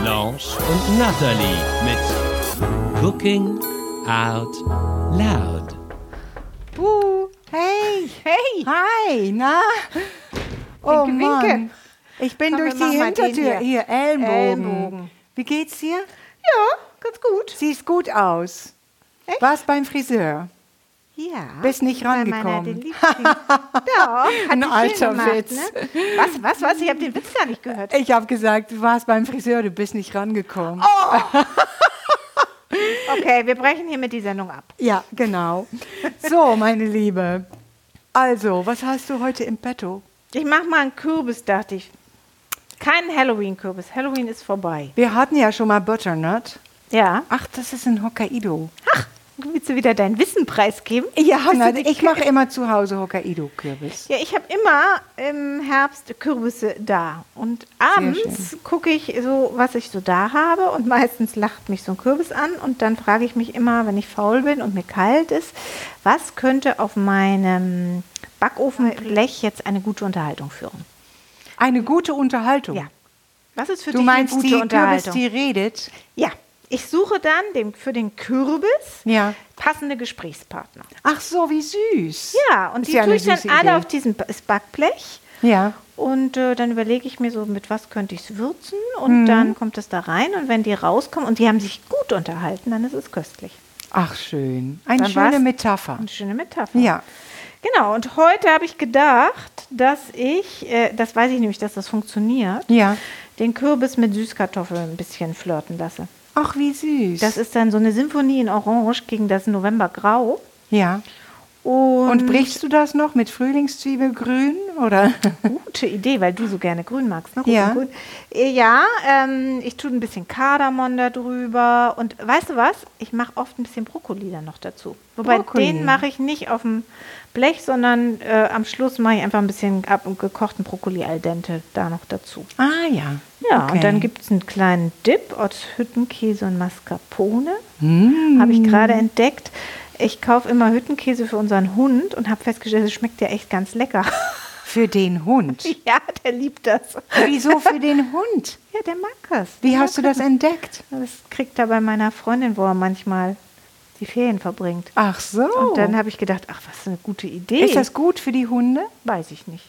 Blanche und Nathalie mit Cooking Out Loud. Uh, hey, Hey! hi, na? Oh Winke, Mann, winke. ich bin Komm, durch wir die machen mal den Hintertür. hier. Hier, Ellenbogen. Ellenbogen. Wie geht's dir? Ja, ganz gut. Siehst gut aus. Echt? Warst beim Friseur. Ja. Bist nicht Bei meiner rangekommen. Lieblings- Doch, hat Ein die schön alter gemacht, Witz. Ne? Was, was, was? Ich habe den Witz gar nicht gehört. Ich habe gesagt, du warst beim Friseur, du bist nicht rangekommen. Oh. Okay, wir brechen hiermit die Sendung ab. Ja, genau. So, meine Liebe. Also, was hast du heute im Petto? Ich mache mal einen Kürbis, dachte ich. Keinen Halloween-Kürbis. Halloween ist vorbei. Wir hatten ja schon mal Butternut. Ja. Ach, das ist in Hokkaido. Willst du wieder dein Wissen preisgeben? Ja, Bist du na, die Genau, ich mache immer zu Hause Hokkaido-Kürbis. Ja, ich habe immer im Herbst Kürbisse da. Und abends gucke ich so, was ich so da habe. Und meistens lacht mich so ein Kürbis an. Und dann frage ich mich immer, wenn ich faul bin und mir kalt ist, was könnte auf meinem Backofenblech jetzt eine gute Unterhaltung führen? Eine gute Unterhaltung. Ja. Was ist für Du dich meinst eine gute die Kürbis, Unterhaltung? die redet? ja. Ich suche dann dem, für den Kürbis Ja. passende Gesprächspartner. Ach so, wie süß. Ja, und Ist die ja tue eine ich dann süße alle Idee. auf diesem Ba- Backblech. Ja. Und äh, dann überlege ich mir so, mit was könnte ich es würzen? Mhm. Und dann kommt das da rein. Und wenn die rauskommen und die haben sich gut unterhalten, dann ist es köstlich. Ach schön. Eine Dann schöne war's- Metapher. Eine schöne Metapher. Ja. Genau. Und heute habe ich gedacht, dass ich, äh, das weiß ich nämlich, dass das funktioniert, Ja. den Kürbis mit Süßkartoffeln ein bisschen flirten lasse. Ach, wie süß. Das ist dann so eine Symphonie in Orange gegen das Novembergrau. ja. Und, Und brichst du das noch mit Frühlingszwiebelgrün oder? Gute Idee, weil du so gerne grün magst. Ne? Rot Ja. und Grün. Äh, Ja, ähm, ich tue ein bisschen Kardamom da drüber. Und weißt du was? Ich mache oft ein bisschen Brokkoli dann noch dazu. Wobei Brokkoli. den mache ich nicht auf dem Blech, sondern äh, am Schluss mache ich einfach ein bisschen ab gekochten Brokkoli al dente da noch dazu. Ah ja. Ja, Okay. und dann gibt es einen kleinen Dip aus Hüttenkäse und Mascarpone. Mmh. Habe ich gerade entdeckt. Ich kaufe immer Hüttenkäse für unseren Hund und habe festgestellt, es schmeckt ja echt ganz lecker. für den Hund. Ja, der liebt das. Wieso für den Hund? Ja, genau. der mag das. Wie hast du das entdeckt? Das kriegt er bei meiner Freundin, wo er manchmal die Ferien verbringt. Ach so. Und dann habe ich gedacht, ach, was eine gute Idee. ist das gut für die Hunde? Weiß ich nicht.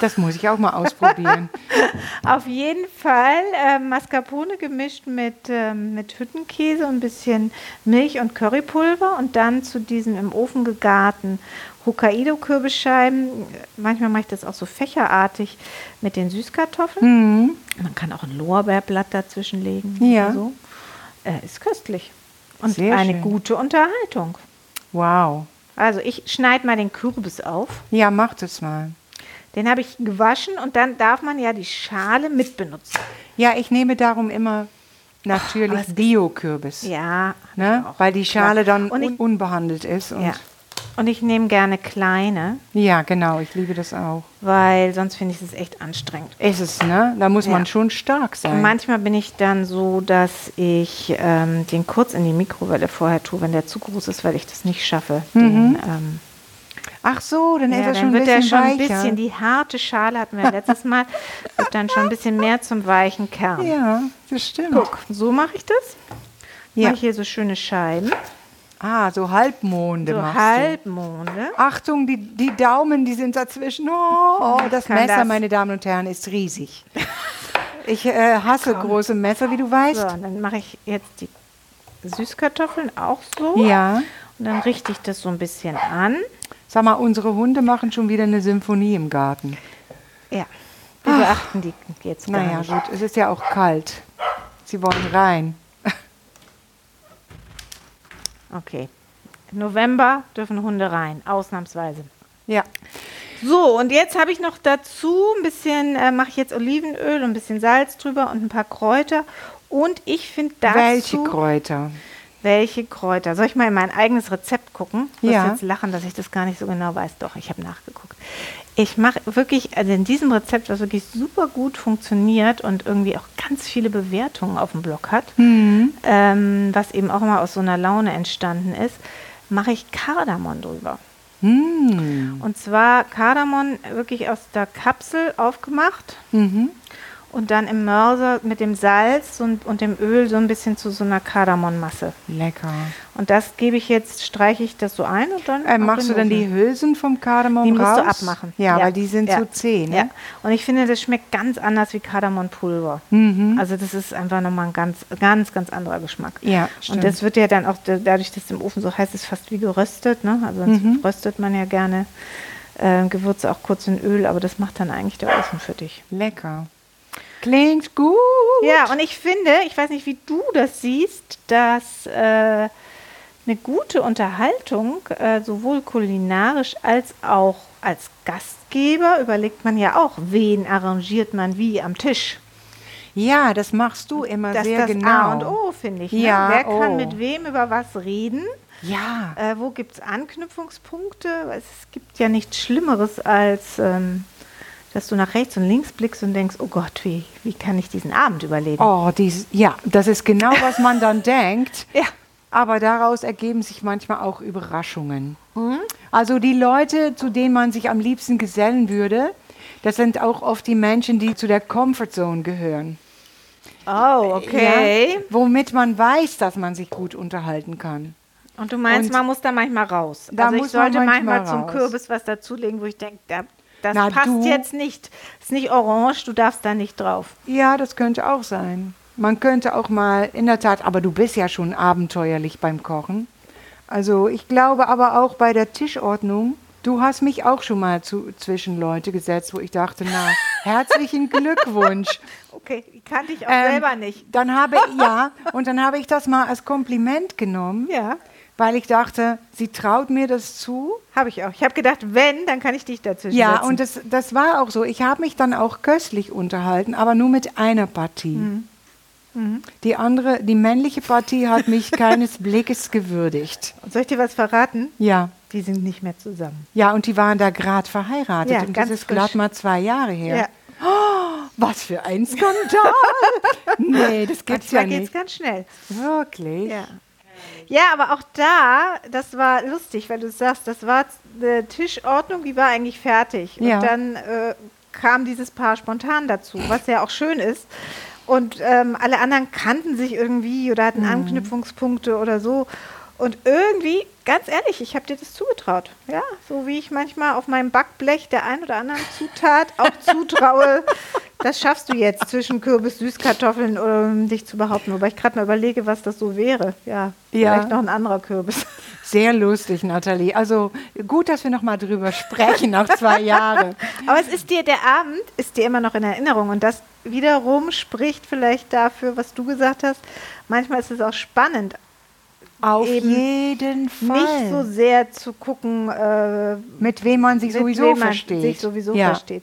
Das muss ich auch mal ausprobieren. Auf jeden Fall äh, Mascarpone gemischt mit, ähm, mit Hüttenkäse, und ein bisschen Milch und Currypulver und dann zu diesen im Ofen gegarten Hokkaido-Kürbisscheiben. Manchmal mache ich das auch so fächerartig mit den Süßkartoffeln. Man kann auch ein Lorbeerblatt dazwischen legen. Ja. oder So. Äh, ist köstlich. Und Sehr eine schön. gute Unterhaltung. Wow. Also ich schneide mal den Kürbis auf. Ja, mach das mal. Den habe ich gewaschen und dann darf man ja die Schale mitbenutzen. Ja, ich nehme darum immer natürlich Bio-Kürbis. Ja, Ne? auch. Weil die Schale Klar. dann Und ich- un unbehandelt ist. Und Ja. Und ich nehme gerne kleine, ja, genau, ich liebe das auch. weil sonst finde ich es echt anstrengend. Ist es, ne? Da muss Ja. man schon stark sein. Manchmal bin ich dann so, dass ich ähm, den kurz in die Mikrowelle vorher tue, wenn der zu groß ist, weil ich das nicht schaffe. Mhm. Den, ähm, Ach so, dann ist ja, er schon dann ein wird der bisschen schon ein weicher. bisschen, die harte Schale hatten wir letztes Mal, wird dann schon ein bisschen mehr zum weichen Kern. ja, das stimmt. Guck, so mache ich das. Ja. Mache hier so schöne Scheiben, Ah, so Halbmonde so machst Halbmonde. du. Achtung, die, die Daumen, die sind dazwischen. Oh, oh das Kann Messer, das. meine Damen und Herren, ist riesig. Ich äh, hasse große Messer, wie du weißt. So, und dann mache ich jetzt die Süßkartoffeln auch so. Ja. Und dann richte ich das so ein bisschen an. Sag mal, unsere Hunde machen schon wieder eine Symphonie im Garten. Ja. Wir beachten die jetzt gar Naja, nicht. gut, es ist ja auch kalt. Sie wollen rein. Okay. November dürfen Hunde rein, ausnahmsweise. Ja. So, und jetzt habe ich noch dazu ein bisschen, äh, mache ich jetzt Olivenöl und ein bisschen Salz drüber und ein paar Kräuter Und ich finde dazu. Welche Kräuter? Welche Kräuter? Soll ich mal in mein eigenes Rezept gucken? Du Ja. wirst jetzt lachen, dass ich das gar nicht so genau weiß. Doch, ich habe nachgeguckt. Ich mache wirklich, also in diesem Rezept, was wirklich super gut funktioniert und irgendwie auch ganz viele Bewertungen auf dem Blog hat, ähm, was eben auch mal aus so einer Laune entstanden ist, mache ich Kardamom drüber. Und zwar Kardamom wirklich aus der Kapsel aufgemacht und dann im Mörser mit dem Salz und, und dem Öl so ein bisschen zu so einer Kardamommasse. Lecker. Und das gebe ich jetzt, streiche ich das so ein und dann. Äh, ab in machst du dann den die Ofen. Hülsen vom Kardamom Die musst raus? du abmachen. Ja, weil die sind ja, so zäh, ne? Ja. Und ich finde, das schmeckt ganz anders wie Kardamompulver. Mhm. Also das ist einfach nochmal ein ganz, ganz, ganz anderer Geschmack. Ja, Und stimmt. das wird ja dann auch, da- dadurch, dass es im Ofen so heiß ist, fast wie geröstet. Ne? Also sonst Mhm. röstet man ja gerne äh, Gewürze auch kurz in Öl, aber das macht dann eigentlich der Ofen für dich. Lecker. Klingt gut. Ja, und ich finde, ich weiß nicht, wie du das siehst, dass äh, eine gute Unterhaltung, äh, sowohl kulinarisch als auch als Gastgeber, überlegt man ja auch, wen arrangiert man wie am Tisch. Ja, das machst du immer Das ist sehr das genau. A und O, finde ich. Ne? Ja, Wer kann oh. mit wem über was reden? Ja. Äh, wo gibt es Anknüpfungspunkte? Weil Es gibt ja nichts Schlimmeres, als ähm, dass du nach rechts und links blickst und denkst, oh Gott, wie, wie kann ich diesen Abend überleben? Oh, dies, ja, das ist genau, was man dann denkt. Ja. Aber daraus ergeben sich manchmal auch Überraschungen. Mhm. Also die Leute, zu denen man sich am liebsten gesellen würde, das sind auch oft die Menschen, die zu der Comfortzone gehören. Oh, okay. Ja, womit man weiß, dass man sich gut unterhalten kann. Und du meinst, Und man muss da manchmal raus. da also ich muss man sollte manchmal, manchmal zum raus. Kürbis was dazulegen, wo ich denke, da, das Na, passt du. jetzt nicht. Ist nicht orange, du darfst da nicht drauf. Ja, das könnte auch sein. Man könnte auch mal, in der Tat, aber du bist ja schon abenteuerlich beim Kochen. Also ich glaube aber auch bei der Tischordnung, du hast mich auch schon mal zu, zwischen Leute gesetzt, wo ich dachte, na, herzlichen Glückwunsch. Okay, die kannte ich auch Ähm, selber nicht. Dann habe ja, und dann habe ich das mal als Kompliment genommen, Ja, weil ich dachte, sie traut mir das zu. habe ich auch. Ich habe gedacht, wenn, dann kann ich dich dazwischen Ja, setzen. und das, das war auch so. Ich habe mich dann auch köstlich unterhalten, aber nur mit einer Partie. Mhm. Die andere, die männliche Partie hat mich keines Blickes gewürdigt. Und soll ich dir was verraten? Ja. Die sind nicht mehr zusammen. Ja, und die waren da gerade verheiratet. Ja, und ganz das ist frisch. gerade mal zwei Jahre her. Was für ein Skandal! nee, das gibt's ja Manchmal geht es nicht. ganz schnell. Wirklich? Ja. Ja, aber auch da, das war lustig, weil du sagst, das war eine Tischordnung, die war eigentlich fertig. Ja. Und dann äh, kam dieses Paar spontan dazu, was ja auch schön ist. Und ähm, alle anderen kannten sich irgendwie oder hatten Anknüpfungspunkte oder so. Und irgendwie, ganz ehrlich, ich habe dir das zugetraut. Ja, so wie ich manchmal auf meinem Backblech der ein oder anderen Zutat auch zutraue, das schaffst du jetzt zwischen Kürbis, Süßkartoffeln, um dich zu behaupten. Wobei ich gerade mal überlege, was das so wäre. Ja, Ja. vielleicht noch ein anderer Kürbis. Sehr lustig, Nathalie. Also gut, dass wir nochmal drüber sprechen nach zwei Jahren. Aber es ist dir, der Abend ist dir immer noch in Erinnerung. Und das wiederum spricht vielleicht dafür, was du gesagt hast. Manchmal ist es auch spannend, Auf Eben jeden Fall. nicht so sehr zu gucken, äh, mit wem man sich mit sowieso wem man versteht. sich sowieso ja. versteht.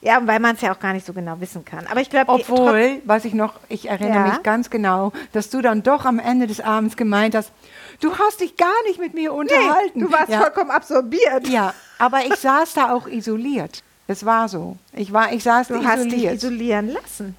Ja, weil man es ja auch gar nicht so genau wissen kann. Aber ich glaube, die- Obwohl, was ich noch, ich erinnere Ja. mich ganz genau, dass du dann doch am Ende des Abends gemeint hast, du hast dich gar nicht mit mir trotzdem, unterhalten. du warst ja. vollkommen absorbiert. ja, aber ich saß da auch isoliert. Es war so. Ich war, ich saß Du isoliert. hast dich isolieren lassen.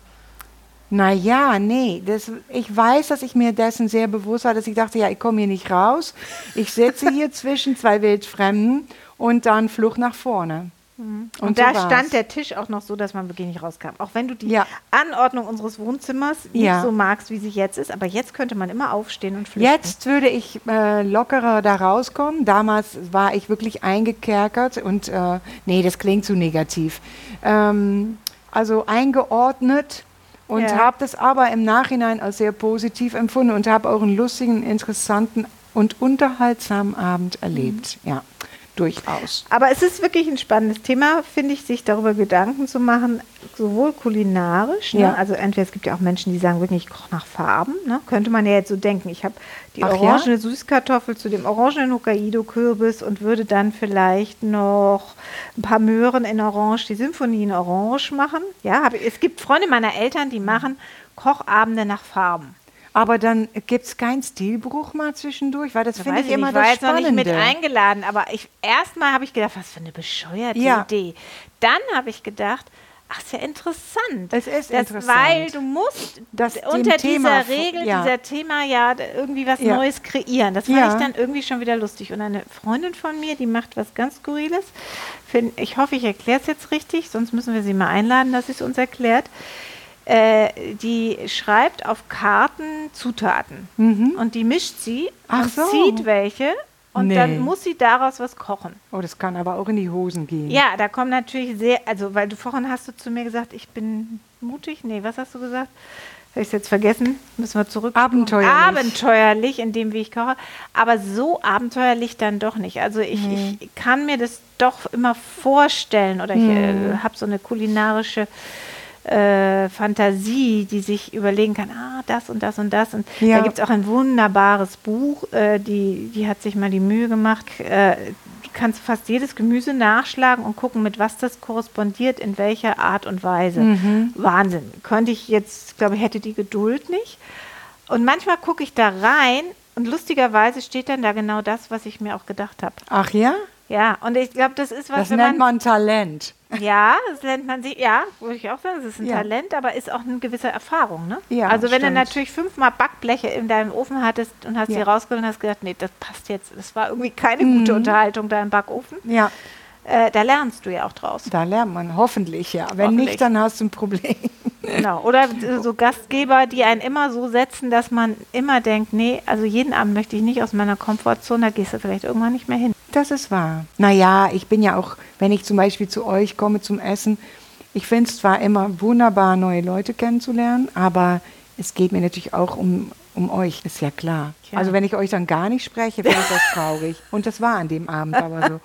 Naja, nee, das, ich weiß, dass ich mir dessen sehr bewusst war, dass ich dachte, ja, ich komme hier nicht raus. Ich sitze hier zwischen zwei Wildfremden und dann Flucht nach vorne. Mhm. Und, so da war's. stand der Tisch auch noch so, dass man wirklich nicht rauskam. Auch wenn du die Ja. Anordnung unseres Wohnzimmers nicht Ja. so magst, wie sie jetzt ist. Aber jetzt könnte man immer aufstehen und flüchten. Jetzt würde ich äh, lockerer da rauskommen. Damals war ich wirklich eingekerkert und äh, nee, das klingt zu negativ. Ähm, also eingeordnet und Ja. habe das aber im Nachhinein als sehr positiv empfunden und habe auch einen lustigen, interessanten und unterhaltsamen Abend Mhm. erlebt. Ja, durchaus. Aber es ist wirklich ein spannendes Thema, finde ich, sich darüber Gedanken zu machen, sowohl kulinarisch, Ja. ne? also entweder es gibt ja auch Menschen, die sagen wirklich, ich koche nach Farben, ne? könnte man ja jetzt so denken, ich habe die Ach ja? orangene Süßkartoffel zu dem orangenen Hokkaido-Kürbis und würde dann vielleicht noch ein paar Mhm. Möhren in Orange, die Symphonie in Orange machen. Ja, hab, es gibt Freunde meiner Eltern, die machen Kochabende nach Farben. Aber dann gibt es keinen Stilbruch mal zwischendurch, weil das Da finde weiß ich ich immer nicht, war das jetzt noch nicht mit Spannende. eingeladen, aber ich erstmal habe ich gedacht, was für eine bescheuerte Ja. Idee. Dann habe ich gedacht, ach, ist ja interessant. Es ist dass, interessant. Weil du musst Das dem unter dieser Thema fu- Regel, ja. dieser Thema ja d- irgendwie was Ja. Neues kreieren. Das fand Ja. ich dann irgendwie schon wieder lustig. Und eine Freundin von mir, die macht was ganz Skurriles. Find- Ich hoffe, ich erkläre es jetzt richtig, sonst müssen wir sie mal einladen, dass sie es uns erklärt. Äh, die schreibt auf Karten Zutaten Mhm. und die mischt sie Ach und so. zieht welche und Nee. dann muss sie daraus was kochen. Hm. Oh, das kann aber auch in die Hosen gehen. Ja, da kommen natürlich sehr, also weil du vorhin hast du zu mir gesagt, ich bin mutig. Nee, was hast du gesagt? Habe ich es jetzt vergessen? Müssen wir zurück. Abenteuerlich. Abenteuerlich, in dem wie ich koche. Aber so abenteuerlich dann doch nicht. Also ich, ich kann mir das doch immer vorstellen oder ich äh, habe so eine kulinarische äh, Fantasie, die sich überlegen kann, ah, das und das und das. Und Ja. da gibt es auch ein wunderbares Buch, äh, die, die hat sich mal die Mühe gemacht. Äh, du kannst fast jedes Gemüse nachschlagen und gucken, mit was das korrespondiert, in welcher Art und Weise. Mhm. Wahnsinn. Könnte ich jetzt, glaube ich, hätte die Geduld nicht. Und manchmal gucke ich da rein und lustigerweise steht dann da genau das, was ich mir auch gedacht habe. Ach ja? Ja, und ich glaube, das ist was, Das wenn nennt man Talent. ja, das nennt man sich, ja, würde ich auch sagen, es ist ein Ja. Talent, aber ist auch eine gewisse Erfahrung, ne? Ja, also wenn stimmt. du natürlich fünfmal Backbleche in deinem Ofen hattest und hast Ja. Mhm. die rausgeholt und hast gedacht, nee, das passt jetzt, das war irgendwie keine gute Unterhaltung da im Backofen, Ja, äh, da lernst du ja auch draus. da lernt man hoffentlich, ja. Wenn Hoffentlich. nicht, dann hast du ein Problem. genau. Oder äh, so Gastgeber, die einen immer so setzen, dass man immer denkt, nee, also jeden Abend möchte ich nicht aus meiner Komfortzone, da gehst du vielleicht irgendwann nicht mehr hin. Das ist wahr. Naja, ich bin ja auch, wenn ich zum Beispiel zu euch komme zum Essen, ich finde es zwar immer wunderbar, neue Leute kennenzulernen, aber es geht mir natürlich auch um, um euch, ist ja klar. Tja. Also wenn ich euch dann gar nicht spreche, finde ich das traurig. Und das war an dem Abend aber so.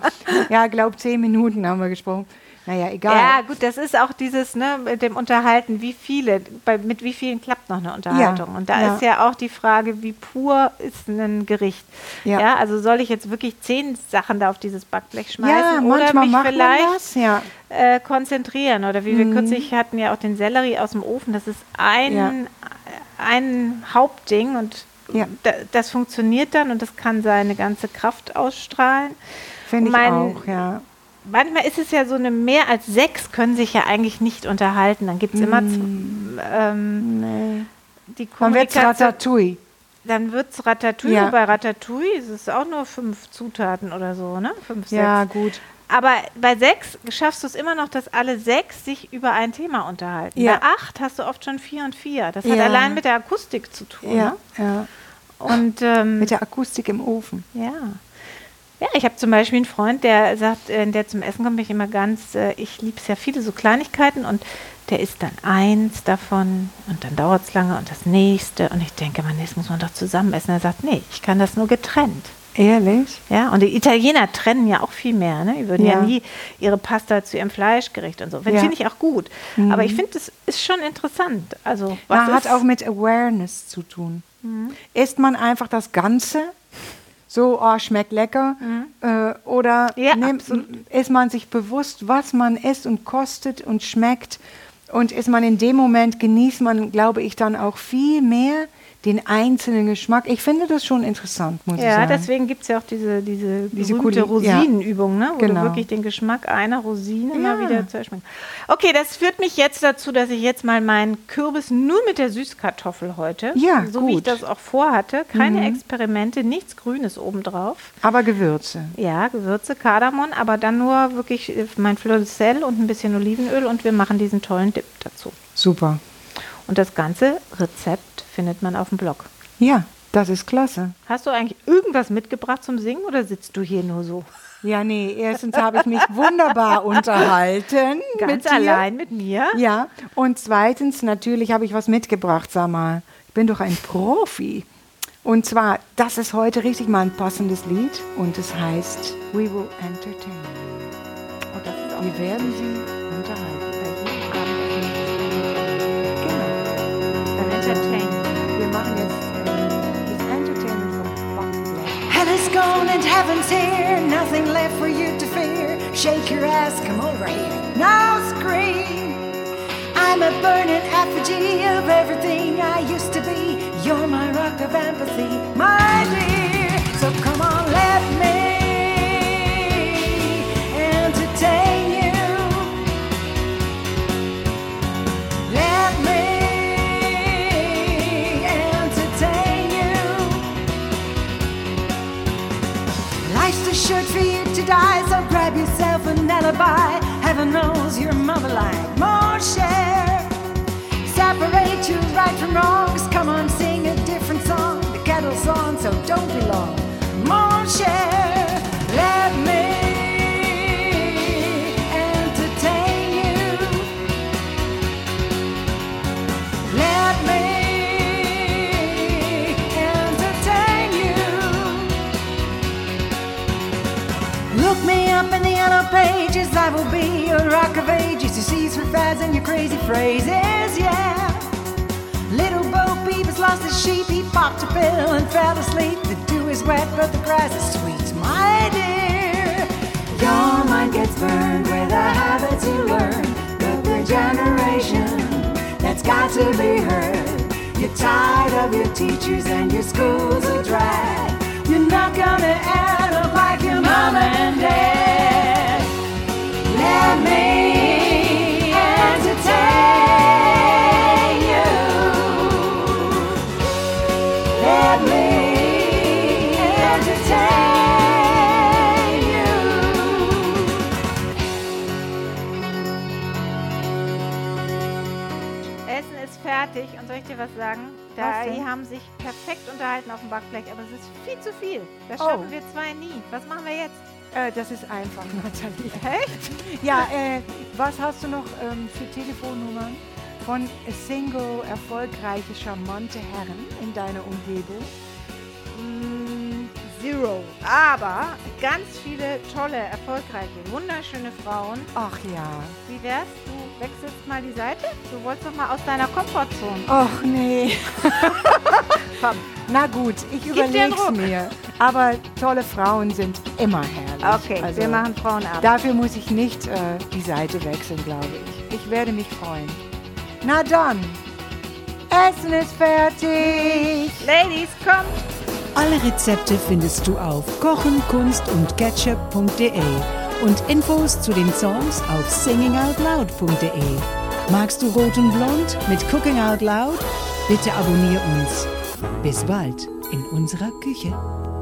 Ja, glaub, zehn Minuten haben wir gesprochen. Naja, egal. Ja, gut, das ist auch dieses, ne, mit dem Unterhalten, wie viele, bei, mit wie vielen klappt noch eine Unterhaltung? Ja, und da ja. ist ja auch die Frage, wie pur ist ein Gericht? Ja. Ja. also soll ich jetzt wirklich zehn Sachen da auf dieses Backblech schmeißen? Ja, oder manchmal mich macht man vielleicht das. Ja. äh, konzentrieren? Oder wie wir kürzlich hatten ja auch den Sellerie aus dem Ofen, das ist ein, Ja. ein Hauptding und Ja. da, das funktioniert dann und das kann seine ganze Kraft ausstrahlen. Finde ich Mein- auch, ja. manchmal ist es ja so eine mehr als sechs können sich ja eigentlich nicht unterhalten. Dann gibt es immer z- ähm, Mm. Nee. die Dann wird Kommunikation. Ratatouille. Dann wird es Ratatouille. Ja. Bei Ratatouille ist es auch nur fünf Zutaten oder so, ne? Fünf, sechs. Ja, gut. Aber bei sechs schaffst du es immer noch, dass alle sechs sich über ein Thema unterhalten. Ja. Bei acht hast du oft schon vier und vier. Das hat Ja. allein mit der Akustik zu tun. Ja, Ne? ja. Und ähm, Mit der Akustik im Ofen. Ja. Ja, ich habe zum Beispiel einen Freund, der sagt, äh, der zum Essen kommt, bin ich immer ganz, äh, ich liebe es ja viele so Kleinigkeiten und der isst dann eins davon und dann dauert es lange und das nächste und ich denke, man, das muss man doch zusammen essen. Er sagt, nee, ich kann das nur getrennt. Ehrlich? Ja, und die Italiener trennen ja auch viel mehr, ne? Die würden ja, Ja. nie ihre Pasta zu ihrem Fleischgericht und so. Ja. Finde ich auch gut. Aber ich finde, das ist schon interessant. Also, was Na, hat ist, auch mit Awareness zu tun. Isst man einfach das Ganze, so, oh, schmeckt lecker, äh, oder Ja, nimmt, ist man sich bewusst, was man isst und kostet und schmeckt und ist man in dem Moment, genießt man, glaube ich, dann auch viel mehr den einzelnen Geschmack. Ich finde das schon interessant, muss ich Ja, sagen. deswegen gibt es ja auch diese, diese, Diese berühmte Kuli- ja. Rosinenübung, ne? wo Genau. du wirklich den Geschmack einer Rosine Ja. mal wieder zu erschmecken. Okay, das führt mich jetzt dazu, dass ich jetzt mal meinen Kürbis nur mit der Süßkartoffel heute, Ja, so wie ich gut. Mhm. das auch vorhatte, keine Experimente, nichts Grünes obendrauf. Aber Gewürze. Ja, Gewürze, Kardamom, aber dann nur wirklich äh, mein Fleur de Sel und ein bisschen Olivenöl und wir machen diesen tollen Dip dazu. Super. Und das ganze Rezept findet man auf dem Blog. Ja, das ist klasse. Hast du eigentlich irgendwas mitgebracht zum Singen oder sitzt du hier nur so? Ja, nee, erstens habe ich mich wunderbar unterhalten. Ganz mit dir. allein mit mir? Ja, und zweitens, natürlich habe ich was mitgebracht, sag mal. Ich bin doch ein Profi. Und zwar, das ist heute richtig mal ein passendes Lied und es heißt We Will Entertain. Oh, das ist auch Wir werden Sie unterhalten. Genau. beim Entertainment. Wir machen jetzt äh, das Entertainment von Bob Black. Hell is gone and heaven's here. Nothing left for you to fear. Shake your ass, come over here. Now scream. I I'm a burning effigy of everything I used to be. You're my rock of empathy, my dear. So come on, let me entertain you. Let me entertain you. Life's too short for you to die, so grab yourself an alibi. Heaven knows your mother like more share. Separate your right from wrongs. Come on, sing a different song. The kettle's on, so don't be long. More share. Let me entertain you. Let me entertain you. Look me up in the yellow pages, I will be your rock of ages. You see through fads and your crazy phrases, yeah. Little Bo Peep has lost his sheep, he popped a pill and fell asleep. The dew is wet, but the grass is sweet, my dear. Your mind gets burned with the habits you learn. But the generation that's got to be heard. You're tired of your teachers and your schools are drag. You're not gonna end up like your mama and dad. Let me entertain you. Let me entertain you. Essen ist fertig und soll ich dir was sagen? Was Da, denn? die haben sich perfekt unterhalten auf dem Backblech, aber es ist viel zu viel. Das Oh. schaffen wir zwei nie. Was machen wir jetzt? Äh, das ist einfach, Nathalie. Echt? Ja, äh, was hast du noch ähm, für Telefonnummern von single, erfolgreiche, charmante Herren in deiner Umgebung? Mm, Zero. Aber ganz viele tolle, erfolgreiche, wunderschöne Frauen. Ach ja. Wie wär's? Du wechselst mal die Seite? Du wolltest doch mal aus deiner Komfortzone. Ach nee. Komm. Na gut, ich dir einen überleg's Ruck. mir. Aber tolle Frauen sind immer herrlich. Okay, Also, wir machen Frauenabend. Dafür muss ich nicht äh, die Seite wechseln, glaube ich. Ich werde mich freuen. Na dann. Essen ist fertig. Ladies, kommt! Alle Rezepte findest du auf kochen, kunst und ketchup.de und Infos zu den Songs auf singingoutloud.de. Magst du Rot und Blond mit Cooking Out Loud? Bitte abonnier uns. Bis bald in unserer Küche.